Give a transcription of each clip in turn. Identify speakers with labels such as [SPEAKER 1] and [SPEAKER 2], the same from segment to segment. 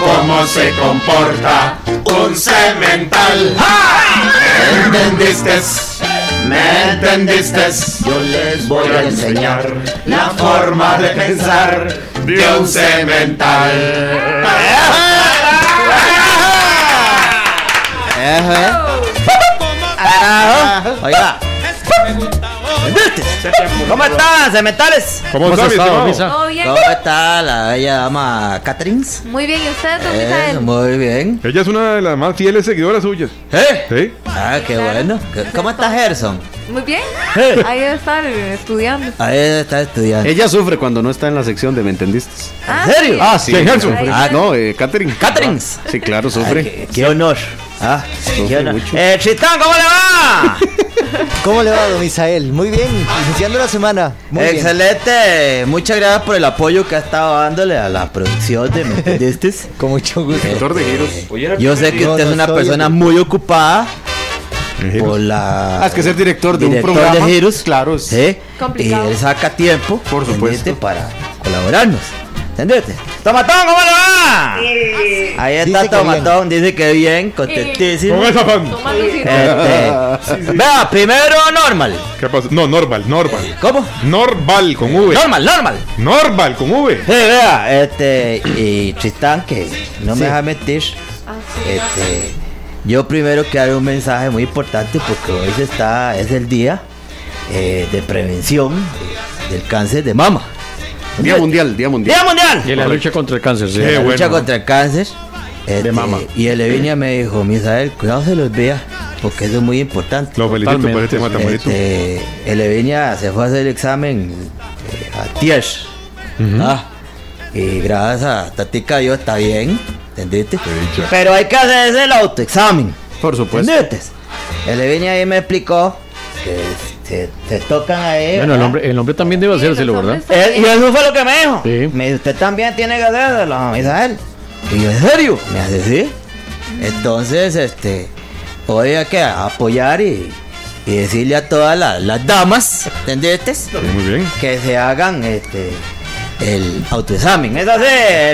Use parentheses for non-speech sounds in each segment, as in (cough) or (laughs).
[SPEAKER 1] cómo se comporta un cemental. ¿Me entendiste? ¿Me entendiste?
[SPEAKER 2] Yo les voy a enseñar
[SPEAKER 1] la forma de pensar de un cemental.
[SPEAKER 2] Eso es. Carajo. Oiga. ¿Cómo están, cementales?
[SPEAKER 3] ¿Cómo, has estado, Misa?
[SPEAKER 4] ¿Todo bien?
[SPEAKER 2] ¿Cómo está la bella dama Catrins?
[SPEAKER 4] Muy bien, ¿y usted, don
[SPEAKER 2] Eh,
[SPEAKER 4] Misael?
[SPEAKER 2] muy bien.
[SPEAKER 3] Ella es una de las más fieles seguidoras suyas.
[SPEAKER 2] ¿Eh?
[SPEAKER 3] ¿Sí?
[SPEAKER 2] Ah, qué
[SPEAKER 4] Claro.
[SPEAKER 2] bueno. ¿Qué- ¿Cómo está Gerson?
[SPEAKER 4] Muy bien.
[SPEAKER 2] Eh.
[SPEAKER 4] Ahí debe estar eh, estudiando.
[SPEAKER 2] Ahí está estudiando.
[SPEAKER 5] Ella sufre cuando no está en la sección de ¿me entendiste?
[SPEAKER 4] Ah,
[SPEAKER 2] serio?
[SPEAKER 4] sí.
[SPEAKER 3] Ah, sí. ¿Quién, Gerson?
[SPEAKER 4] Ahí
[SPEAKER 5] Ah,
[SPEAKER 4] está.
[SPEAKER 5] no, eh, Catherine. Ah,
[SPEAKER 2] Catrins.
[SPEAKER 5] Sí, claro,
[SPEAKER 2] Ay,
[SPEAKER 5] sufre.
[SPEAKER 2] qué, qué honor. Ah, qué
[SPEAKER 5] Sufre
[SPEAKER 2] honor.
[SPEAKER 5] mucho.
[SPEAKER 2] Eh, Tristán, ¿cómo le va?
[SPEAKER 5] (laughs)
[SPEAKER 6] ¿Cómo le va, don Misael? Muy bien, iniciando la semana. Muy bien.
[SPEAKER 2] Excelente. Muchas gracias por el apoyo que ha estado dándole a la producción de ¿Me
[SPEAKER 5] (laughs)
[SPEAKER 2] entendiste?
[SPEAKER 6] Con mucho gusto.
[SPEAKER 5] Doctor de giros.
[SPEAKER 2] Yo sé que
[SPEAKER 6] No,
[SPEAKER 2] usted
[SPEAKER 6] no
[SPEAKER 2] es una
[SPEAKER 6] estoy
[SPEAKER 2] persona
[SPEAKER 6] aquí.
[SPEAKER 2] muy ocupada
[SPEAKER 3] Ujú.
[SPEAKER 2] por la.
[SPEAKER 5] Ah, es que ser director de un
[SPEAKER 2] director
[SPEAKER 5] programa,
[SPEAKER 2] de giros.
[SPEAKER 5] claro, es-
[SPEAKER 2] Sí.
[SPEAKER 4] Complicado.
[SPEAKER 2] Y él saca tiempo.
[SPEAKER 5] Por
[SPEAKER 2] ¿entendiste?
[SPEAKER 5] supuesto.
[SPEAKER 2] Para colaborarnos. ¿Entendiste? Tomatón, ¿cómo le va? Ahí está
[SPEAKER 6] Dice que
[SPEAKER 2] Tomatón, dice que bien, contentísimo.
[SPEAKER 3] ¿Cómo es afán?
[SPEAKER 4] Toma Lucía.
[SPEAKER 5] (laughs)
[SPEAKER 2] Este, Vea, primero normal.
[SPEAKER 3] ¿Qué pasa? No, Norval, Norval.
[SPEAKER 2] ¿Cómo?
[SPEAKER 3] Norval con
[SPEAKER 5] Pues.
[SPEAKER 3] V.
[SPEAKER 2] Normal, normal.
[SPEAKER 3] Norval con V.
[SPEAKER 2] Sí, vea, este, y Tristán, que no
[SPEAKER 6] Sí.
[SPEAKER 2] me deja mentir.
[SPEAKER 4] Ah,
[SPEAKER 2] Este, yo primero quiero dar un mensaje muy importante porque hoy se está, es el día eh, de prevención eh, del cáncer de mama.
[SPEAKER 5] Día mundial, día mundial.
[SPEAKER 2] ¡Día mundial!
[SPEAKER 3] en la lucha
[SPEAKER 7] contra el cáncer, sí.
[SPEAKER 3] Qué
[SPEAKER 2] la lucha
[SPEAKER 3] bueno.
[SPEAKER 2] contra el cáncer. este,
[SPEAKER 7] mama.
[SPEAKER 2] Y el Evinia me dijo, Misael, cuidado se los vea, porque eso es muy importante.
[SPEAKER 3] Lo felicito por
[SPEAKER 7] Totalmente.
[SPEAKER 3] este tema tan bonito.
[SPEAKER 2] Este, el Eviña se fue a hacer el examen eh, a Tiers. Ah, y gracias a Tatica Dios está bien, ¿entendiste?
[SPEAKER 3] dicha.
[SPEAKER 2] Pero hay que hacerse el autoexamen,
[SPEAKER 5] Por supuesto.
[SPEAKER 2] ¿entendiste? El Eviña ahí me explicó que se, se tocan ahí.
[SPEAKER 7] Bueno, el
[SPEAKER 2] ¿verdad?
[SPEAKER 7] hombre, el hombre también debe
[SPEAKER 4] Sí,
[SPEAKER 7] hacérselo,
[SPEAKER 4] los
[SPEAKER 7] ¿verdad?
[SPEAKER 4] hombres
[SPEAKER 2] Eh, y
[SPEAKER 4] también.
[SPEAKER 2] eso fue lo que me dijo.
[SPEAKER 7] Sí.
[SPEAKER 2] Me dice, usted también tiene que hacerlo, Isabel. Y yo, ¿en serio? Me hace, sí. Entonces, este, hoy hay que apoyar y, y decirle a todas la- las damas, ¿entendiste?
[SPEAKER 3] Sí, muy bien.
[SPEAKER 2] Que se hagan este el autoexamen. Es así,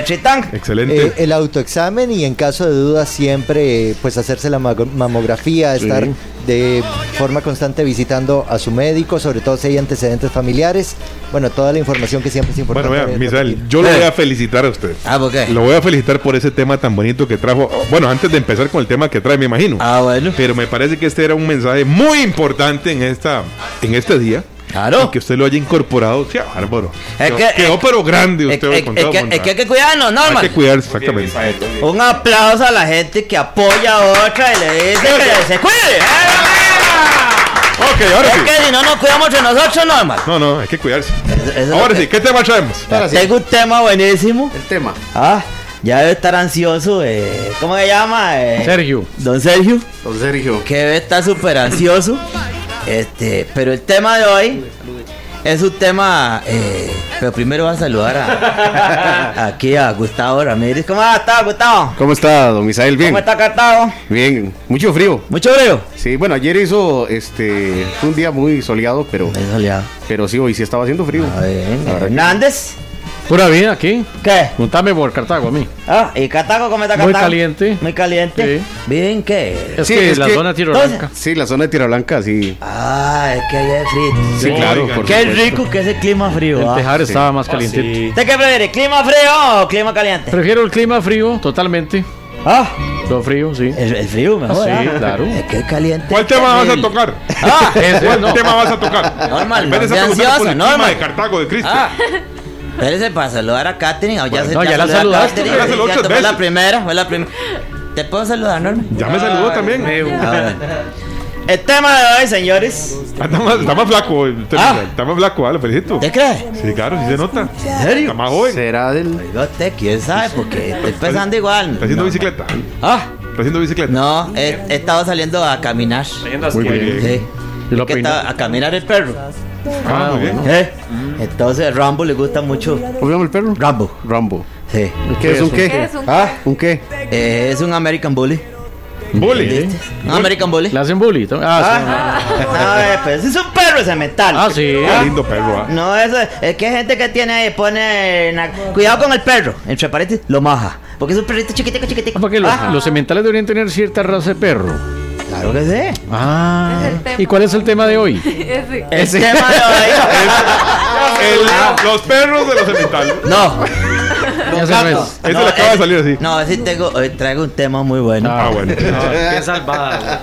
[SPEAKER 2] Chitán.
[SPEAKER 3] Excelente.
[SPEAKER 6] Eh, el autoexamen y en caso de duda siempre eh, pues hacerse la mago- mamografía, estar de forma constante visitando a su médico, sobre todo si hay antecedentes familiares. Bueno, toda la información que siempre es importante.
[SPEAKER 3] bueno, vea,
[SPEAKER 6] repetir.
[SPEAKER 3] Misael, yo lo
[SPEAKER 2] Eh.
[SPEAKER 3] voy a felicitar a usted.
[SPEAKER 2] Ah, ¿por qué?
[SPEAKER 3] Lo voy a felicitar por ese tema tan bonito que trajo. Bueno, antes de empezar con el tema que trae, me imagino.
[SPEAKER 2] Ah, bueno.
[SPEAKER 3] Pero me parece que este era un mensaje muy importante en esta en este día.
[SPEAKER 2] Claro.
[SPEAKER 3] Y que usted lo haya incorporado. Sí, bárbaro.
[SPEAKER 2] Es
[SPEAKER 3] Quedó-
[SPEAKER 2] que-
[SPEAKER 3] quedó pero grande
[SPEAKER 2] Es,
[SPEAKER 3] usted
[SPEAKER 2] es-
[SPEAKER 3] hoy con
[SPEAKER 2] es
[SPEAKER 3] todo
[SPEAKER 2] que,
[SPEAKER 3] monta-
[SPEAKER 2] es que hay que cuidarnos,
[SPEAKER 3] Hay
[SPEAKER 2] normal.
[SPEAKER 3] que cuidarse, exactamente.
[SPEAKER 2] Un aplauso a la gente que apoya a otra y le dice que se cuide. ¡Eh!
[SPEAKER 3] Ok, ahora
[SPEAKER 2] Es
[SPEAKER 3] sí.
[SPEAKER 2] que si no nos cuidamos de nosotros, normal.
[SPEAKER 3] No, no, hay que cuidarse.
[SPEAKER 2] Eso- eso
[SPEAKER 3] Ahora
[SPEAKER 2] es lo
[SPEAKER 3] sí, ¿qué tema traemos?
[SPEAKER 2] Tengo un tema buenísimo.
[SPEAKER 5] El tema.
[SPEAKER 2] Ah, ya debe estar ansioso. eh, ¿Cómo se llama? eh?
[SPEAKER 7] Sergio.
[SPEAKER 2] Don Sergio.
[SPEAKER 5] Don Sergio.
[SPEAKER 2] Que debe estar súper ansioso. Este, pero el tema de hoy es un tema. eh, pero primero va a saludar a, aquí a Gustavo Ramírez. ¿Cómo está, Gustavo?
[SPEAKER 5] ¿Cómo está, don Misael? Bien.
[SPEAKER 2] ¿Cómo está, Cartago?
[SPEAKER 5] Bien. Mucho frío.
[SPEAKER 2] Mucho brillo.
[SPEAKER 5] Sí, bueno, ayer hizo este fue un día muy soleado, pero
[SPEAKER 2] Eso ya.
[SPEAKER 5] pero sí hoy sí estaba haciendo frío.
[SPEAKER 2] A ver,
[SPEAKER 5] La verdad que-
[SPEAKER 2] Hernández.
[SPEAKER 7] Pura vida aquí.
[SPEAKER 2] ¿Qué?
[SPEAKER 7] Contame por Cartago a mí.
[SPEAKER 2] Ah, ¿y Cartago cómo está
[SPEAKER 7] Muy
[SPEAKER 2] Cartago?
[SPEAKER 7] caliente.
[SPEAKER 2] Muy caliente.
[SPEAKER 7] Sí.
[SPEAKER 2] Bien, ¿qué?
[SPEAKER 7] Es
[SPEAKER 5] Sí,
[SPEAKER 7] que
[SPEAKER 5] es
[SPEAKER 7] la
[SPEAKER 5] que-
[SPEAKER 7] zona tiro
[SPEAKER 2] Entonces-
[SPEAKER 7] blanca.
[SPEAKER 5] Sí, la zona de Tierra Blanca sí.
[SPEAKER 2] Ah, es que allá es frío.
[SPEAKER 5] Sí,
[SPEAKER 3] No,
[SPEAKER 5] claro,
[SPEAKER 3] oiga,
[SPEAKER 5] por
[SPEAKER 2] Qué
[SPEAKER 5] supuesto.
[SPEAKER 2] rico que es el clima frío.
[SPEAKER 7] El
[SPEAKER 2] ah.
[SPEAKER 7] tejar
[SPEAKER 5] sí.
[SPEAKER 7] estaba más caliente.
[SPEAKER 2] ¿Usted qué prefiere? ¿Clima frío o clima caliente?
[SPEAKER 7] Prefiero el clima frío, totalmente.
[SPEAKER 2] Ah,
[SPEAKER 7] Lo frío, sí.
[SPEAKER 2] el, el frío mejor.
[SPEAKER 7] Sí,
[SPEAKER 2] ah.
[SPEAKER 7] claro.
[SPEAKER 2] Es que es caliente.
[SPEAKER 3] ¿Cuál tema vas a tocar?
[SPEAKER 2] Ah,
[SPEAKER 7] Ese,
[SPEAKER 3] ¿Cuál
[SPEAKER 7] no.
[SPEAKER 3] tema vas a tocar?
[SPEAKER 2] Normal,
[SPEAKER 3] En vez de
[SPEAKER 2] no, de
[SPEAKER 3] estar preguntando por el
[SPEAKER 2] ansioso,
[SPEAKER 3] clima
[SPEAKER 2] normal.
[SPEAKER 3] de Cartago de Cristo.
[SPEAKER 2] ah. Espérese para saludar a Katherine. o ya, se-
[SPEAKER 7] no, ya la
[SPEAKER 2] saludé a
[SPEAKER 7] saludaste,
[SPEAKER 2] Katherine,
[SPEAKER 3] ya la saludó
[SPEAKER 2] ya
[SPEAKER 3] ocho
[SPEAKER 2] Fue la
[SPEAKER 3] veces.
[SPEAKER 2] primera, fue la primera. ¿Te puedo saludar, Norma?
[SPEAKER 3] Ya me saludó también.
[SPEAKER 2] Ah, bueno. El tema de hoy, señores.
[SPEAKER 3] Ah, Está más, está más flaco hoy, usted,
[SPEAKER 2] Ah.
[SPEAKER 3] Misael, Está más flaco, ah, lo felicito.
[SPEAKER 2] ¿Te crees?
[SPEAKER 3] Sí, claro, sí se nota.
[SPEAKER 2] ¿En serio?
[SPEAKER 3] Está más joven.
[SPEAKER 5] Será del
[SPEAKER 2] Oiga usted, quién sabe, porque estoy pensando igual.
[SPEAKER 3] Está haciendo bicicleta.
[SPEAKER 2] Ah,
[SPEAKER 3] ¿Está haciendo bicicleta?
[SPEAKER 2] No, he, he estado saliendo a caminar.
[SPEAKER 3] Muy bien.
[SPEAKER 2] Sí.
[SPEAKER 7] ¿Y lo
[SPEAKER 2] Que
[SPEAKER 7] peinó?
[SPEAKER 2] estaba- a caminar el perro.
[SPEAKER 3] Ah, muy bien.
[SPEAKER 2] ¿Eh? Entonces Rambo le gusta mucho.
[SPEAKER 5] ¿Cómo se llama el perro?
[SPEAKER 2] Rambo.
[SPEAKER 5] Rambo.
[SPEAKER 2] Sí.
[SPEAKER 5] ¿Qué es un qué?
[SPEAKER 4] ¿Qué es un
[SPEAKER 5] ¿Ah? ¿Un qué?
[SPEAKER 2] Eh, es un American Bully.
[SPEAKER 3] Bully.
[SPEAKER 2] Un American Bully.
[SPEAKER 7] ¿Le hacen bullying? Ah,
[SPEAKER 2] No, eh, pero ese es un perro ese metal.
[SPEAKER 7] sí.
[SPEAKER 3] Qué
[SPEAKER 7] Ah, sí.
[SPEAKER 3] lindo
[SPEAKER 2] (laughs)
[SPEAKER 3] perro. ah.
[SPEAKER 2] No, eso es, es que hay gente que tiene ahí, pone. na- Cuidado con el perro. Entre paréntesis, lo maja. Porque es un perrito chiquitico, chiquitico.
[SPEAKER 7] Porque los,
[SPEAKER 2] Ah,
[SPEAKER 7] los sementales deberían tener cierta raza de perro.
[SPEAKER 2] Claro que sí.
[SPEAKER 7] Ah.
[SPEAKER 4] Es el tema.
[SPEAKER 7] ¿Y cuál es el tema de hoy?
[SPEAKER 4] (laughs) Ese.
[SPEAKER 2] El tema de hoy.
[SPEAKER 3] (laughs) El- los perros de los cemental.
[SPEAKER 2] No,
[SPEAKER 7] Ya se me es.
[SPEAKER 3] Ese
[SPEAKER 2] No,
[SPEAKER 3] le acaba
[SPEAKER 2] eh,
[SPEAKER 3] de salir así.
[SPEAKER 2] no, sí tengo, hoy traigo un tema muy bueno.
[SPEAKER 3] Ah, bueno.
[SPEAKER 7] Qué salvada.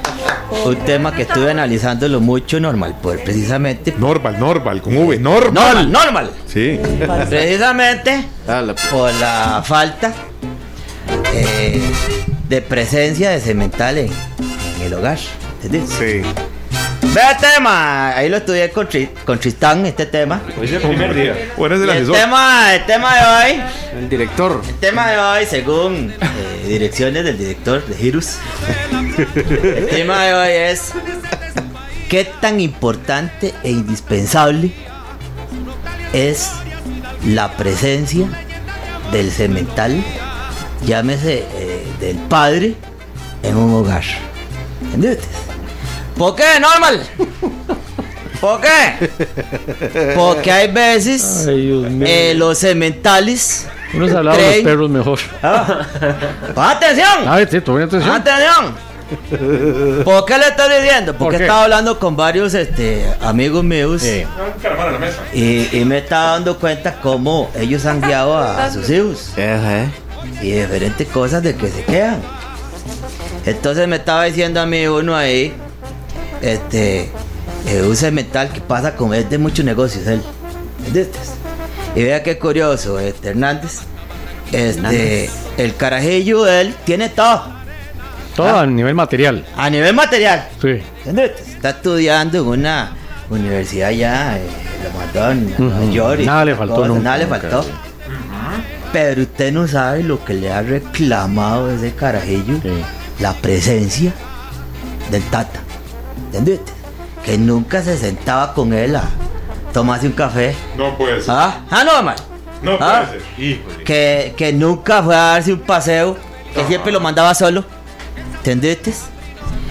[SPEAKER 2] Un tema que estuve analizándolo mucho normal, por precisamente.
[SPEAKER 3] Normal, normal, con V, normal.
[SPEAKER 2] Normal, normal.
[SPEAKER 3] Sí.
[SPEAKER 2] Precisamente
[SPEAKER 5] Ah, la-
[SPEAKER 2] por la falta eh, de presencia de cemental en, en el hogar. ¿entendés?
[SPEAKER 5] Sí.
[SPEAKER 2] Vea tema, ahí lo estudié con, Tri- con Tristán, este tema.
[SPEAKER 3] Bueno, es
[SPEAKER 2] Y
[SPEAKER 3] el
[SPEAKER 2] el,
[SPEAKER 3] asesor.
[SPEAKER 2] tema el tema de hoy,
[SPEAKER 5] El director.
[SPEAKER 2] el tema de hoy, según eh, direcciones del director de Girus, el tema de hoy es qué tan importante e indispensable es la presencia del cemental, llámese eh, del padre, en un hogar. ¿Entendiste? ¿Por qué, normal? ¿Por qué? Porque hay veces
[SPEAKER 7] Ay, Dios mío.
[SPEAKER 2] eh, los cementales.
[SPEAKER 7] Uno se hablaba de los
[SPEAKER 2] creen-
[SPEAKER 7] perros mejor. Ah,
[SPEAKER 2] ¡Pon atención!
[SPEAKER 7] A ver, sí, tomen
[SPEAKER 2] Ah,
[SPEAKER 7] atención.
[SPEAKER 2] ¡Atención! ¿Por qué le estoy diciendo? Porque
[SPEAKER 7] qué?
[SPEAKER 2] estaba hablando con varios este, amigos míos y, y me estaba dando cuenta cómo ellos han guiado a, a sus hijos y diferentes cosas de que se quedan. Entonces me estaba diciendo a mí uno ahí, este, eh, un cemental que pasa con es de muchos negocios él. es de estos. Y vea qué curioso, este Hernández. Este, el carajillo de él tiene todo.
[SPEAKER 7] Todo a nivel material.
[SPEAKER 2] A nivel material.
[SPEAKER 7] Sí.
[SPEAKER 2] ¿entendés? Está estudiando en una universidad ya, eh, lo mandó en Nueva
[SPEAKER 7] Ujú.
[SPEAKER 2] York y
[SPEAKER 7] Nada le
[SPEAKER 2] toda la
[SPEAKER 7] faltó
[SPEAKER 2] cosa,
[SPEAKER 7] nunca,
[SPEAKER 2] Nada le
[SPEAKER 7] nunca.
[SPEAKER 2] faltó. Pero usted no sabe lo que le ha reclamado ese carajillo.
[SPEAKER 7] Sí.
[SPEAKER 2] La presencia del tata. ¿Entendiste? Que nunca se sentaba con él a tomarse un café.
[SPEAKER 3] No puede ser.
[SPEAKER 2] Ah, ah no, mal.
[SPEAKER 3] No pues,
[SPEAKER 2] Ah.
[SPEAKER 3] puede ser. Híjole.
[SPEAKER 2] Que, que nunca fue a darse un paseo, que siempre lo mandaba solo. ¿Entendiste?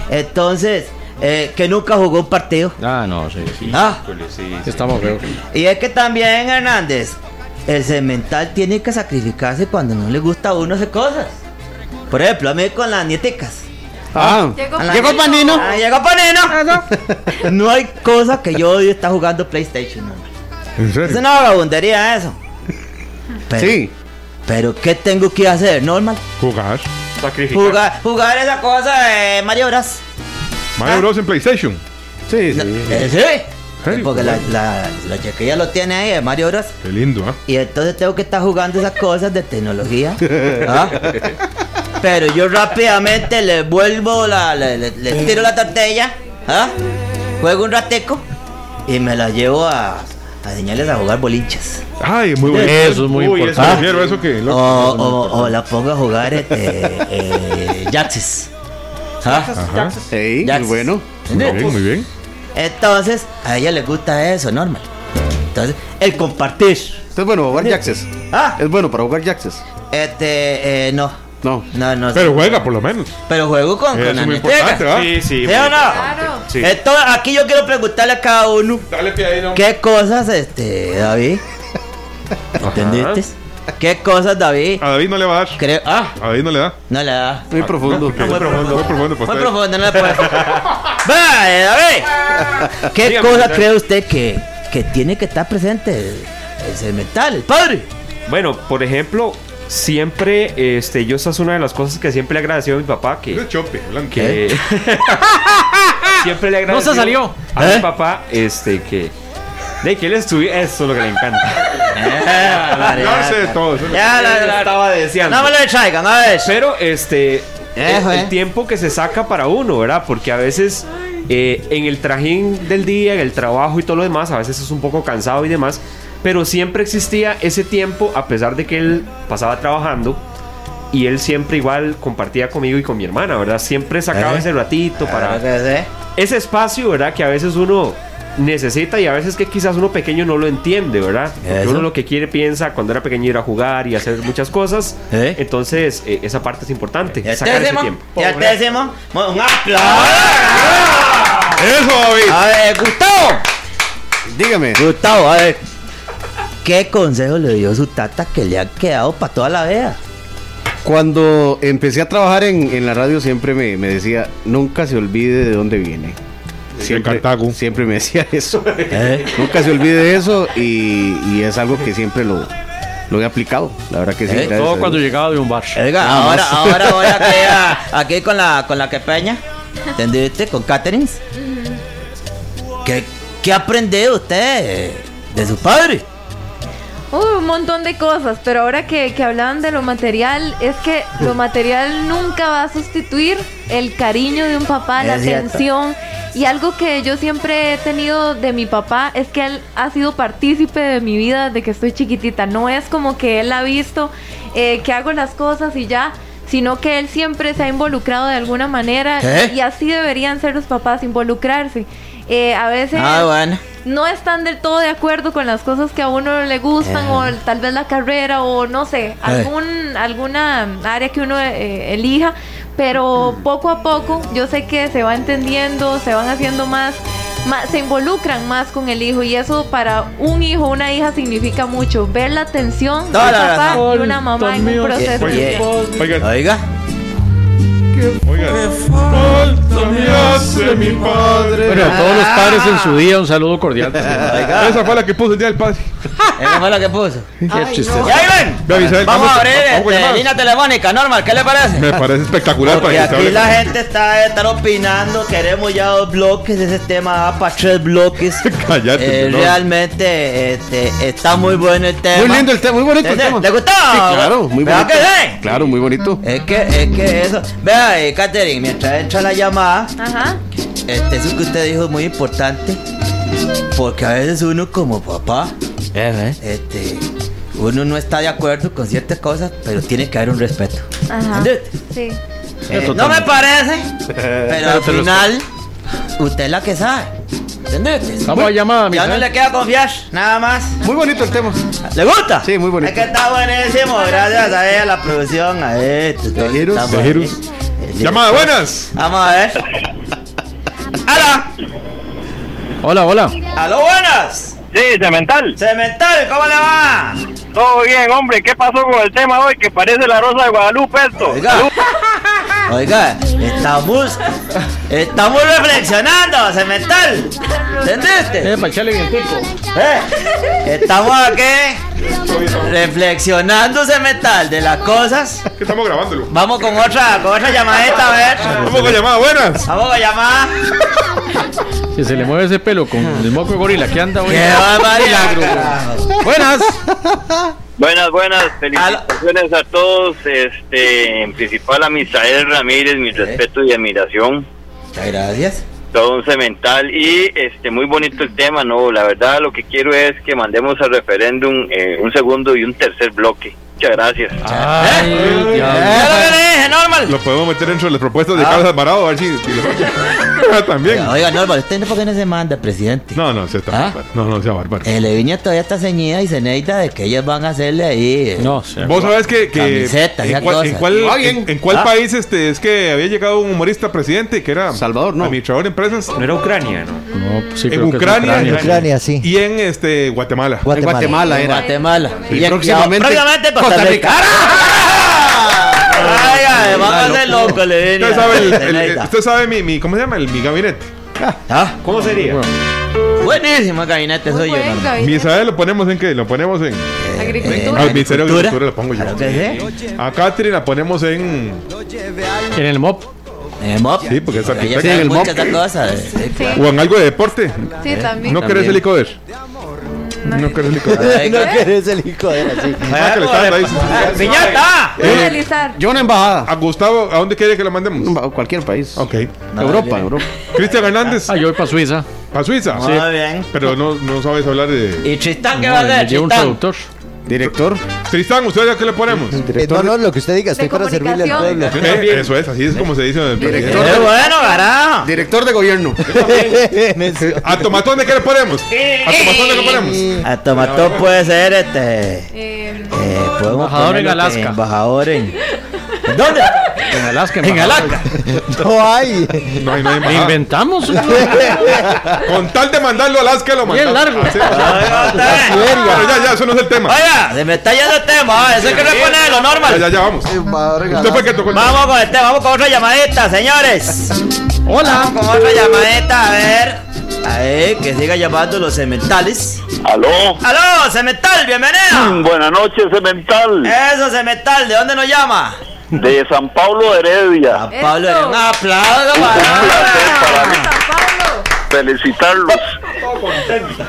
[SPEAKER 2] Entonces, eh, que nunca jugó un partido.
[SPEAKER 7] Ah, no, sí. sí.
[SPEAKER 2] Ah,
[SPEAKER 7] Estamos feos.
[SPEAKER 2] y es que también, Hernández, el cemental tiene que sacrificarse cuando no le gusta a uno hacer cosas. Por ejemplo, a mí con las nieticas.
[SPEAKER 5] Ah.
[SPEAKER 2] A la-
[SPEAKER 5] Llegó Panino.
[SPEAKER 2] Ah, llegó Panino. (laughs) No hay cosa que yo odio estar jugando PlayStation. no.
[SPEAKER 3] ¿En
[SPEAKER 2] Es
[SPEAKER 3] serio?
[SPEAKER 2] una vagabundería eso. Pero,
[SPEAKER 5] Sí.
[SPEAKER 2] Pero ¿qué tengo que hacer? Normal.
[SPEAKER 3] Jugar.
[SPEAKER 2] Jugar, jugar esa cosa de Mario Bros. Ah.
[SPEAKER 3] Mario Bros. en PlayStation.
[SPEAKER 5] Sí,
[SPEAKER 2] No,
[SPEAKER 5] sí.
[SPEAKER 2] eh, sí.
[SPEAKER 3] Sí,
[SPEAKER 2] Porque la, la, la chiquilla lo tiene ahí de Mario Bros.
[SPEAKER 3] Qué lindo, ¿ah?
[SPEAKER 2] Y entonces tengo que estar jugando esas cosas de tecnología.
[SPEAKER 5] (laughs)
[SPEAKER 2] ¿ah? Pero yo rápidamente le vuelvo la. Le, le- le tiro la tortilla. ¿ah? Juego un rateco. Y me la llevo a. A enseñarles a jugar bolinchas.
[SPEAKER 3] Ay, muy bueno.
[SPEAKER 7] Eso es muy
[SPEAKER 3] Uy,
[SPEAKER 7] importante.
[SPEAKER 3] Eso, prefiero eso que
[SPEAKER 2] O,
[SPEAKER 3] lo-
[SPEAKER 2] o, o la pongo a jugar este, eh, Jaxis. ¿Ah?
[SPEAKER 3] Ajá.
[SPEAKER 5] Ey,
[SPEAKER 2] Ya-
[SPEAKER 5] bueno.
[SPEAKER 3] Muy bien, muy bien.
[SPEAKER 2] Entonces, a ella le gusta eso, normal. Entonces, el compartir.
[SPEAKER 5] Esto es bueno para jugar Jaxes.
[SPEAKER 2] Ah,
[SPEAKER 5] Es bueno para jugar Jaxes.
[SPEAKER 2] este, eh, no.
[SPEAKER 5] No.
[SPEAKER 2] No, no.
[SPEAKER 3] Pero juega, por lo menos.
[SPEAKER 2] Pero juego con,
[SPEAKER 3] Eso
[SPEAKER 2] con
[SPEAKER 3] es muy
[SPEAKER 2] Anitega.
[SPEAKER 3] importante, ¿ah?
[SPEAKER 2] ¿Sí o no?
[SPEAKER 4] Claro.
[SPEAKER 2] Entonces, aquí yo quiero preguntarle a cada uno
[SPEAKER 3] Dale pie ahí, no.
[SPEAKER 2] qué cosas, este, David. ¿Entendiste? ¿Qué cosas, David?
[SPEAKER 3] A David no le va a dar.
[SPEAKER 2] Creo. Ah,
[SPEAKER 3] A David no le da.
[SPEAKER 2] no le da.
[SPEAKER 5] Muy profundo.
[SPEAKER 3] Muy profundo. Muy profundo. pues,
[SPEAKER 2] Muy
[SPEAKER 3] está bien.
[SPEAKER 2] profundo, no le puede.
[SPEAKER 8] (laughs)
[SPEAKER 2] Vale, David. ¿Qué cosa cree usted que, que tiene que estar presente? El, el cemental, el padre.
[SPEAKER 8] Bueno, por ejemplo, siempre, este, yo esa es una de las cosas que siempre le agradeció a mi papá,
[SPEAKER 3] Eso
[SPEAKER 8] que...
[SPEAKER 3] es chope, blanco.
[SPEAKER 2] ¿Eh?
[SPEAKER 8] que- siempre le agradeció...
[SPEAKER 7] No se salió.
[SPEAKER 8] A
[SPEAKER 2] ¿Eh?
[SPEAKER 8] mi papá, este, que... De que él estuviera... Eso es lo que le encanta.
[SPEAKER 3] Hablarse de todo. eso es lo-
[SPEAKER 2] Ya,
[SPEAKER 8] Él
[SPEAKER 2] la, la-
[SPEAKER 8] estaba deseando.
[SPEAKER 2] no me lo traigan, a ver.
[SPEAKER 8] Pero, este... el-
[SPEAKER 2] Eso,
[SPEAKER 8] el,
[SPEAKER 2] eh.
[SPEAKER 8] tiempo que se saca para uno, ¿verdad? Porque a veces... eh, en el trajín del día, en el trabajo y todo lo demás, a veces es un poco cansado y demás, pero siempre existía ese tiempo, a pesar de que él pasaba trabajando, y él siempre igual compartía conmigo y con mi hermana, ¿verdad? Siempre sacaba
[SPEAKER 2] ¿Eh?
[SPEAKER 8] ese ratito para
[SPEAKER 2] Claro que sí.
[SPEAKER 8] ese espacio, ¿verdad? Que a veces uno necesita y a veces que quizás uno pequeño no lo entiende, ¿verdad? Porque
[SPEAKER 2] Eso.
[SPEAKER 8] uno lo que quiere piensa cuando era pequeño ir a jugar y hacer muchas cosas.
[SPEAKER 2] ¿Eh?
[SPEAKER 8] Entonces, eh, esa parte es importante.
[SPEAKER 2] Ya te
[SPEAKER 8] sacar ese
[SPEAKER 2] decimos,
[SPEAKER 8] tiempo.
[SPEAKER 2] ya te decimos, un aplauso.
[SPEAKER 3] ¡Eso, David!
[SPEAKER 2] A ver, Gustavo.
[SPEAKER 5] Dígame.
[SPEAKER 2] Gustavo, a ver. ¿Qué consejo le dio su tata que le ha quedado para toda la vida?
[SPEAKER 5] Cuando empecé a trabajar en, en la radio siempre me, me decía, nunca se olvide de dónde viene.
[SPEAKER 3] Cartago.
[SPEAKER 5] siempre me decía (laughs) eso.
[SPEAKER 2] ¿Eh?
[SPEAKER 5] nunca se olvide de eso y, y es algo que siempre lo, lo he aplicado. La verdad que sí.
[SPEAKER 2] Eh,
[SPEAKER 5] gracias a
[SPEAKER 7] Todo cuando
[SPEAKER 5] Dios.
[SPEAKER 7] llegaba de un bar.
[SPEAKER 2] Oiga,
[SPEAKER 5] Nada
[SPEAKER 2] ahora,
[SPEAKER 5] más.
[SPEAKER 2] ahora voy a quedar (laughs) aquí con la, con la que peña. ¿Entendiste? Con Catherine. ¿Qué, ¿Qué ha aprendido usted de su padre?
[SPEAKER 4] Uh, un montón de cosas, pero ahora que, que hablaban de lo material, es que
[SPEAKER 2] (laughs)
[SPEAKER 4] lo material nunca va a sustituir el cariño de un papá, la
[SPEAKER 2] Es cierto.
[SPEAKER 4] atención. Y algo que yo siempre he tenido de mi papá es que él ha sido partícipe de mi vida desde que estoy chiquitita. No es como que él ha visto eh, que hago las cosas y ya, sino que él siempre se ha involucrado de alguna manera.
[SPEAKER 2] ¿Eh?
[SPEAKER 4] Y así deberían ser los papás, involucrarse. Eh, a veces
[SPEAKER 2] Ah, bueno.
[SPEAKER 4] no están del todo de acuerdo con las cosas que a uno le gustan
[SPEAKER 2] Eh.
[SPEAKER 4] o tal vez la carrera o no sé, algún, alguna área que uno eh, elija, pero poco a poco yo sé que se va entendiendo, se van haciendo más, más, se involucran más con el hijo y eso para un hijo o una hija significa mucho, ver la atención de un
[SPEAKER 2] Toda la
[SPEAKER 4] papá
[SPEAKER 7] razón.
[SPEAKER 4] y una mamá en un
[SPEAKER 7] Dios mío,
[SPEAKER 4] proceso.
[SPEAKER 2] Oye,
[SPEAKER 4] de-
[SPEAKER 3] Oiga,
[SPEAKER 2] Oiga.
[SPEAKER 3] oiga.
[SPEAKER 1] mi padre.
[SPEAKER 7] Bueno, a todos los padres en su día, un saludo cordial. también.
[SPEAKER 3] Esa fue la que puso el día del padre.
[SPEAKER 2] Eso fue lo que puso.
[SPEAKER 7] Qué chiste.
[SPEAKER 2] ¡Ya, Iván!
[SPEAKER 3] Ve, Isabel,
[SPEAKER 2] Vamos a abrir
[SPEAKER 3] vamos con
[SPEAKER 2] este,
[SPEAKER 3] llamadas.
[SPEAKER 2] línea telefónica, Normal, ¿qué le parece?
[SPEAKER 3] Me parece espectacular
[SPEAKER 2] Porque
[SPEAKER 3] para que se
[SPEAKER 2] aquí
[SPEAKER 3] hable
[SPEAKER 2] la
[SPEAKER 3] con-
[SPEAKER 2] gente está estar opinando, queremos ya dos bloques, ese tema va para tres bloques.
[SPEAKER 3] (laughs) Cállate,
[SPEAKER 2] Eh,
[SPEAKER 3] no.
[SPEAKER 2] realmente este, está muy bueno el tema.
[SPEAKER 5] Muy lindo el tema, muy bonito el
[SPEAKER 2] ¿Te-
[SPEAKER 5] tema.
[SPEAKER 2] ¿Te gustó?
[SPEAKER 5] Sí, claro, muy
[SPEAKER 2] ¿Verdad
[SPEAKER 5] bonito.
[SPEAKER 2] que sí?
[SPEAKER 5] Claro, muy bonito.
[SPEAKER 2] Es que, es que eso. Vea, eh, Katherine, mientras entra la llamada,
[SPEAKER 4] Ajá.
[SPEAKER 2] este, eso que usted dijo es muy importante. Porque a veces uno como papá,
[SPEAKER 5] Eh,
[SPEAKER 2] este, uno no está de acuerdo con ciertas cosas, pero tiene que haber un respeto.
[SPEAKER 4] Ajá.
[SPEAKER 2] ¿Entendiste?
[SPEAKER 4] Sí.
[SPEAKER 2] Eh, no me
[SPEAKER 7] totalmente.
[SPEAKER 2] parece,
[SPEAKER 5] (laughs)
[SPEAKER 2] pero al final, usted es la que sabe. ¿Entendés?
[SPEAKER 7] Vamos a llamada,
[SPEAKER 2] Ya no
[SPEAKER 7] Misael.
[SPEAKER 2] le queda confiar, nada más.
[SPEAKER 5] Muy bonito el tema.
[SPEAKER 2] ¿Le gusta?
[SPEAKER 5] Sí, muy bonito.
[SPEAKER 2] Es que está buenísimo, gracias a ella, la producción, a esto. todo,
[SPEAKER 5] Tejeros,
[SPEAKER 2] está bueno.
[SPEAKER 3] tejeros.
[SPEAKER 2] Eh,
[SPEAKER 3] Llamada, buenas.
[SPEAKER 2] Vamos a
[SPEAKER 5] (laughs)
[SPEAKER 2] ver. ¡Hala!
[SPEAKER 7] Hola, hola.
[SPEAKER 2] ¡Aló, buenas!
[SPEAKER 9] Sí, cemental.
[SPEAKER 2] Cemental, ¿cómo le va?
[SPEAKER 9] Todo bien, hombre. ¿Qué pasó con el tema hoy? Que parece la rosa de Guadalupe esto.
[SPEAKER 2] Oiga, (laughs) oiga, estamos, estamos reflexionando, Cemental. ¿Entendiste?
[SPEAKER 7] Eh, para echarle vientico.
[SPEAKER 2] Eh, Estamos aquí reflexionando, Cemental, de las cosas.
[SPEAKER 3] Que estamos grabándolo.
[SPEAKER 2] Vamos con otra, con otra llamadita, a ver.
[SPEAKER 3] Vamos con llamada, buenas.
[SPEAKER 2] Vamos con llamada.
[SPEAKER 7] Si se le mueve ese pelo con el moco de gorila, ¿qué anda, güey?
[SPEAKER 2] ¡Qué barbaridad! (laughs)
[SPEAKER 7] Buenas.
[SPEAKER 9] Buenas, buenas. Felicitaciones a todos. Este, en principal a Misael Ramírez, mi respeto y admiración.
[SPEAKER 2] Muchas gracias.
[SPEAKER 9] Todo un cemental y este muy bonito el tema, no, la verdad lo que quiero es que mandemos al referéndum eh, un segundo y un tercer bloque. Muchas gracias.
[SPEAKER 7] Ay,
[SPEAKER 2] ¿Eh?
[SPEAKER 7] diablo.
[SPEAKER 2] Ya lo que le dije, Normal.
[SPEAKER 3] Lo podemos meter dentro de las propuestas de Carlos Alvarado, a ver si. si lo- (laughs) También.
[SPEAKER 2] Ah. Oiga, Normal, ¿usted no por qué no se manda, presidente?
[SPEAKER 3] No, no, sea tan
[SPEAKER 2] ¿Ah?
[SPEAKER 3] bárbaro. No, no, sea bárbaro.
[SPEAKER 2] Eh, Leviña todavía está ceñida y ceneita de que ellos van a hacerle ahí. eh.
[SPEAKER 7] No, se-
[SPEAKER 3] Vos sabés que, que
[SPEAKER 2] Camiseta, ya
[SPEAKER 3] en, cuál,
[SPEAKER 2] cosa.
[SPEAKER 3] en cuál-
[SPEAKER 5] Va bien.
[SPEAKER 3] en- en cuál
[SPEAKER 2] Ah.
[SPEAKER 3] país este es que había llegado un humorista presidente que era
[SPEAKER 5] Salvador, no.
[SPEAKER 3] administrador de empresas
[SPEAKER 8] No era Ucrania, ¿no?
[SPEAKER 7] No, pues sí,
[SPEAKER 3] En
[SPEAKER 7] creo que es
[SPEAKER 3] Ucrania.
[SPEAKER 6] En Ucrania, sí.
[SPEAKER 3] y en este Guatemala.
[SPEAKER 5] En Guatemala
[SPEAKER 2] En
[SPEAKER 5] era.
[SPEAKER 2] Guatemala.
[SPEAKER 5] Y próximamente-
[SPEAKER 2] próximamente Costa
[SPEAKER 5] Costa
[SPEAKER 2] Rica.
[SPEAKER 5] Rica.
[SPEAKER 2] ¡Ah! Oiga, eh, vamos a hacer loco, Leviña.
[SPEAKER 3] Usted sabe, el- el-
[SPEAKER 2] Ceneita.
[SPEAKER 3] usted sabe mi, mi- ¿cómo se llama? El, mi gabinete.
[SPEAKER 2] Ah,
[SPEAKER 8] ¿Cómo sería?
[SPEAKER 2] buenísimo el gabinete,
[SPEAKER 4] Muy
[SPEAKER 2] soy yo.
[SPEAKER 4] buen
[SPEAKER 2] Normal.
[SPEAKER 4] gabinete.
[SPEAKER 3] Mi eh, Isabel lo ponemos en qué? Lo ponemos en
[SPEAKER 4] Agricultura.
[SPEAKER 3] al Ministerio de Agricultura lo pongo
[SPEAKER 2] Claro
[SPEAKER 3] yo. Eh,
[SPEAKER 2] que sí.
[SPEAKER 3] A Catherine la ponemos en
[SPEAKER 7] En el MOP.
[SPEAKER 2] En el MOP.
[SPEAKER 3] Sí, porque es arquitecto.
[SPEAKER 2] Ella
[SPEAKER 5] Sí, en el
[SPEAKER 2] sabe
[SPEAKER 5] MOP.
[SPEAKER 2] muchas cosas. eh,
[SPEAKER 4] Sí,
[SPEAKER 3] o en algo de deporte.
[SPEAKER 4] sí, también.
[SPEAKER 3] No eh, querés
[SPEAKER 7] También.
[SPEAKER 3] el Icoder. No querés el Icoder.
[SPEAKER 6] (laughs) No
[SPEAKER 2] claro.
[SPEAKER 6] querés el hijo de él, así.
[SPEAKER 3] Ah, que le estaba ahí.
[SPEAKER 2] Ah, ¡Piñata!
[SPEAKER 4] Voy a analizar.
[SPEAKER 5] Yo una embajada.
[SPEAKER 7] Ah,
[SPEAKER 3] A Gustavo, ¿a dónde quiere que lo mandemos?
[SPEAKER 5] A Cualquier país.
[SPEAKER 3] Ok.
[SPEAKER 5] Europa, Europa.
[SPEAKER 3] Cristian Hernández,
[SPEAKER 7] Ah, yo voy para Suiza.
[SPEAKER 3] a Suiza.
[SPEAKER 2] Muy bien.
[SPEAKER 3] Pero no, no sabes hablar de.
[SPEAKER 2] ¿Y Tristán qué
[SPEAKER 7] No,
[SPEAKER 2] va a hacer?
[SPEAKER 7] me llevo un
[SPEAKER 2] Tristán?
[SPEAKER 7] traductor.
[SPEAKER 5] Director.
[SPEAKER 3] Tristán, ¿usted a qué le ponemos?
[SPEAKER 6] Eh, no, no, lo que usted diga, estoy para servirle al pueblo.
[SPEAKER 3] Eh, eso es, así es como se dice. en el
[SPEAKER 5] Director.
[SPEAKER 3] país.
[SPEAKER 5] Eh, bueno,
[SPEAKER 2] gará.
[SPEAKER 5] Director de gobierno.
[SPEAKER 3] (laughs) ¿A Tomatón de qué le ponemos? ¿A Tomatón de qué le ponemos?
[SPEAKER 2] A Tomatón Ah, puede ser este.
[SPEAKER 4] Eh,
[SPEAKER 2] eh, podemos
[SPEAKER 7] Embajador en
[SPEAKER 2] ponerlo que-
[SPEAKER 7] Alaska.
[SPEAKER 2] Embajador en. ¿en ¿Dónde?
[SPEAKER 7] En Alaska.
[SPEAKER 2] En Alaska.
[SPEAKER 6] (laughs) No hay.
[SPEAKER 3] No hay, no hay
[SPEAKER 7] Le
[SPEAKER 3] embajada.
[SPEAKER 7] inventamos.
[SPEAKER 3] Con tal de mandarlo a Alaska, lo
[SPEAKER 7] Bien
[SPEAKER 3] mandamos.
[SPEAKER 7] largo.
[SPEAKER 3] Así- Pero ya, ya, eso no es el tema.
[SPEAKER 2] Oiga, se me está yendo el tema. ah, Eso es que no es poner lo
[SPEAKER 3] Ya, ya,
[SPEAKER 2] normal.
[SPEAKER 3] ya, vamos. Usted fue el que tocó el tema.
[SPEAKER 2] Vamos con el tema, vamos con otra llamadita, señores. Vamos
[SPEAKER 7] Hola.
[SPEAKER 2] con otra llamadita, a ver. A ver, que siga llamando los cementales.
[SPEAKER 9] ¿Aló?
[SPEAKER 2] ¡Aló, cemental, bienvenida!
[SPEAKER 9] Buenas noches, Cemental.
[SPEAKER 2] Eso, cemental, ¿de dónde nos llama?
[SPEAKER 9] De San Pablo Heredia.
[SPEAKER 7] Ah.
[SPEAKER 2] A Pablo,
[SPEAKER 4] Eso.
[SPEAKER 2] un aplauso para
[SPEAKER 9] placer
[SPEAKER 2] Pablo.
[SPEAKER 4] San Pablo.
[SPEAKER 9] Felicitarlos.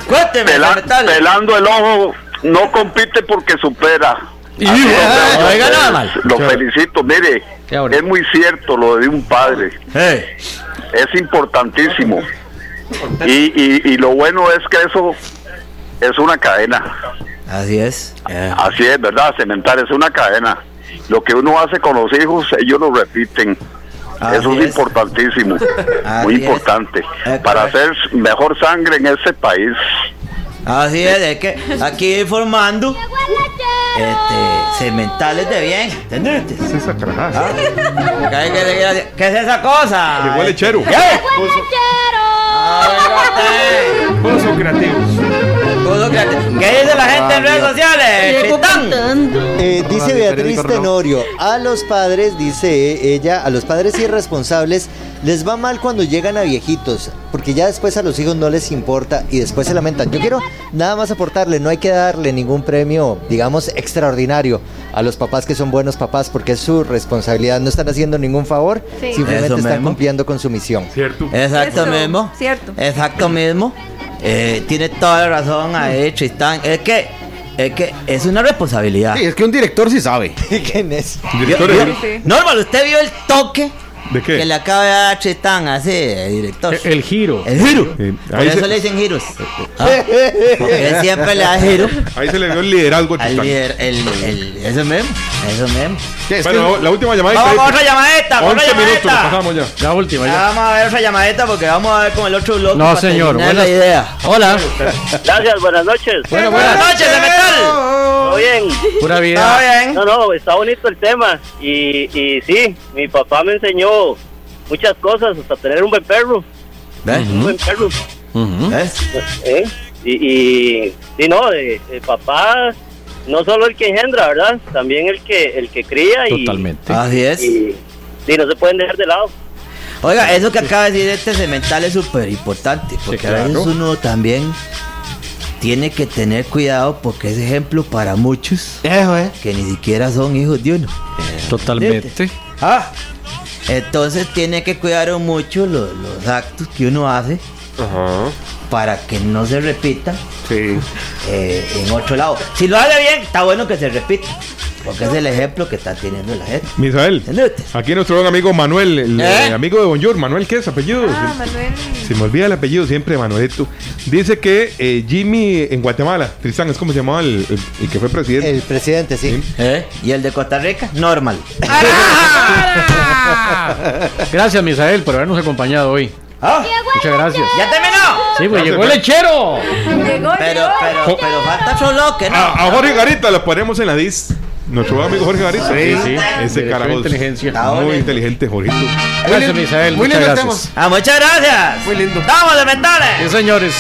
[SPEAKER 2] Cuénteme,
[SPEAKER 9] Pela-
[SPEAKER 2] cemental.
[SPEAKER 9] pelando el ojo, no compite porque supera.
[SPEAKER 7] Y-
[SPEAKER 9] Así
[SPEAKER 7] eh,
[SPEAKER 9] lo veo.
[SPEAKER 2] oiga, nada mal.
[SPEAKER 9] Lo felicito, mire,
[SPEAKER 7] Qué bonito.
[SPEAKER 9] es muy cierto lo de un padre.
[SPEAKER 2] Hey.
[SPEAKER 9] es importantísimo. Y, y, y lo bueno es que eso es una cadena.
[SPEAKER 2] Así es. Eh,
[SPEAKER 9] Así es, ¿verdad? Cementar es una cadena. Lo que uno hace con los hijos, ellos lo repiten.
[SPEAKER 2] Así
[SPEAKER 9] eso es,
[SPEAKER 2] es.
[SPEAKER 9] importantísimo.
[SPEAKER 2] Así
[SPEAKER 9] Muy
[SPEAKER 2] es. Ah,
[SPEAKER 9] importante.
[SPEAKER 2] Es
[SPEAKER 9] para
[SPEAKER 2] correcto.
[SPEAKER 9] hacer mejor sangre en este país.
[SPEAKER 2] Así es, es que aquí informando este, cementales de bien, ¿entendiste?
[SPEAKER 3] ¿Qué es esa carajada?
[SPEAKER 2] ¿Qué, qué- qué- qué es esa cosa?
[SPEAKER 3] Llegó el lechero.
[SPEAKER 2] ¿Qué? Ah, Ay,
[SPEAKER 8] Todos son creativos.
[SPEAKER 2] Todo creativo. ¿Qué dice la gente en redes sociales? Tristán.
[SPEAKER 6] Eh, dice
[SPEAKER 5] radio,
[SPEAKER 6] Beatriz
[SPEAKER 5] periódico, no.
[SPEAKER 6] Tenorio, a los padres, dice ella, a los padres irresponsables les va mal cuando llegan a viejitos, porque ya después a los hijos no les importa y después se lamentan. Yo quiero nada más aportarle, no hay que darle ningún premio, digamos, extraordinario a los papás que son buenos papás, porque es su responsabilidad, no están haciendo ningún favor,
[SPEAKER 4] Sí.
[SPEAKER 6] simplemente
[SPEAKER 2] Eso
[SPEAKER 6] están
[SPEAKER 2] mismo.
[SPEAKER 6] cumpliendo con su misión. (laughs)
[SPEAKER 3] Cierto.
[SPEAKER 2] Exacto
[SPEAKER 4] Eso,
[SPEAKER 2] mismo.
[SPEAKER 4] cierto.
[SPEAKER 2] Exacto mismo. Eh, tiene toda la razón ahí, Tristán. Es que, es que es una responsabilidad.
[SPEAKER 5] Sí, es que un director sí sabe.
[SPEAKER 6] ¿Quién es?
[SPEAKER 3] Director,
[SPEAKER 2] Vio-
[SPEAKER 3] ¿de-
[SPEAKER 4] Sí.
[SPEAKER 2] Normal, usted vio el toque
[SPEAKER 3] ¿de
[SPEAKER 2] que le
[SPEAKER 3] qué?
[SPEAKER 2] acaba de dar Tristán así, eh, director.
[SPEAKER 7] El, el giro.
[SPEAKER 2] El giro. Por
[SPEAKER 3] Sí, Eh, ahí
[SPEAKER 2] eso
[SPEAKER 3] se- Eh,
[SPEAKER 2] le dicen giros. Ah, porque él siempre le da giro
[SPEAKER 3] Ahí se le vio el liderazgo a
[SPEAKER 2] al
[SPEAKER 3] Tristán.
[SPEAKER 2] líder. El, el, eso mismo. Eso mismo.
[SPEAKER 5] ¿Qué es
[SPEAKER 3] Bueno, la última llamadita.
[SPEAKER 2] Vamos con
[SPEAKER 3] ahí.
[SPEAKER 2] otra llamadita. Con otra
[SPEAKER 3] 11 minutos, nos
[SPEAKER 2] llamadita.
[SPEAKER 3] pasamos ya.
[SPEAKER 7] La última
[SPEAKER 2] Ya
[SPEAKER 7] ya.
[SPEAKER 2] Vamos a ver otra llamadita porque vamos a ver con el otro bloque.
[SPEAKER 7] No,
[SPEAKER 2] para
[SPEAKER 7] señor,
[SPEAKER 2] terminar la
[SPEAKER 7] buenas-
[SPEAKER 2] idea.
[SPEAKER 7] Hola.
[SPEAKER 9] Gracias, buenas noches.
[SPEAKER 2] Buenas, noches, de metal.
[SPEAKER 9] ¿Todo bien?
[SPEAKER 2] Está
[SPEAKER 7] Pura vida.
[SPEAKER 2] bien.
[SPEAKER 9] No, no, está bonito el tema. Y, y sí, mi papá me enseñó muchas cosas, hasta tener un buen perro. Un buen perro.
[SPEAKER 7] Ujú.
[SPEAKER 2] ¿Ves?
[SPEAKER 9] ¿eh? Y, y, y no, de, de papá, no solo el que engendra, ¿verdad? También el que el que cría y,
[SPEAKER 7] Totalmente.
[SPEAKER 2] Así es.
[SPEAKER 9] y, y no se pueden dejar de lado.
[SPEAKER 2] Oiga, eso que acaba de decir este cemental es súper importante, porque a veces
[SPEAKER 7] claro.
[SPEAKER 2] uno también tiene que tener cuidado porque es ejemplo para muchos que ni siquiera son hijos de uno.
[SPEAKER 7] Totalmente.
[SPEAKER 2] Ah, entonces tiene que cuidar mucho Pues lo- los, actos que uno hace
[SPEAKER 3] Ajá.
[SPEAKER 2] para que no se repita
[SPEAKER 5] Sí.
[SPEAKER 2] eh, en otro lado. Si lo hace bien, está bueno que se repita, porque es el ejemplo que está teniendo la gente.
[SPEAKER 3] Misael,
[SPEAKER 2] ¿Entendiste?
[SPEAKER 3] aquí nuestro gran amigo Manuel, el
[SPEAKER 2] ¿Eh?
[SPEAKER 3] eh, amigo de Bonjour. Manuel, ¿qué es apellido?
[SPEAKER 4] Ah, Manuel.
[SPEAKER 3] Se me olvida el apellido siempre, Manuelito. Dice que eh, Jimmy en Guatemala, Tristán, es como se llamaba el, el- el que fue presidente.
[SPEAKER 6] El presidente, sí.
[SPEAKER 2] ¿Eh? ¿Y el de Costa Rica? Normal.
[SPEAKER 7] Gracias, Misael, por habernos acompañado hoy.
[SPEAKER 2] (laughs) Ah,
[SPEAKER 7] Muchas gracias.
[SPEAKER 2] ¿Ya terminó?
[SPEAKER 7] Sí, pues
[SPEAKER 3] Ya
[SPEAKER 7] llegó
[SPEAKER 3] se
[SPEAKER 7] el
[SPEAKER 3] fue.
[SPEAKER 7] lechero.
[SPEAKER 4] Llegó,
[SPEAKER 2] Pero,
[SPEAKER 4] llegó.
[SPEAKER 2] pero, pero falta otro bloque, ¿no?
[SPEAKER 3] A, a Jorge Garita lo ponemos en la dis. Nuestro amigo Jorge Garita.
[SPEAKER 5] Sí, sí.
[SPEAKER 3] Ese
[SPEAKER 7] Director
[SPEAKER 3] carajo.
[SPEAKER 7] de inteligencia.
[SPEAKER 2] Ah,
[SPEAKER 3] Muy
[SPEAKER 2] bueno.
[SPEAKER 3] inteligente, Jorito.
[SPEAKER 7] Gracias, Misael.
[SPEAKER 5] muy
[SPEAKER 7] Muchas
[SPEAKER 5] lindo el
[SPEAKER 7] gracias.
[SPEAKER 2] Ah, muchas gracias.
[SPEAKER 5] Muy lindo.
[SPEAKER 2] Estamos de mentales.
[SPEAKER 7] Bien, señores.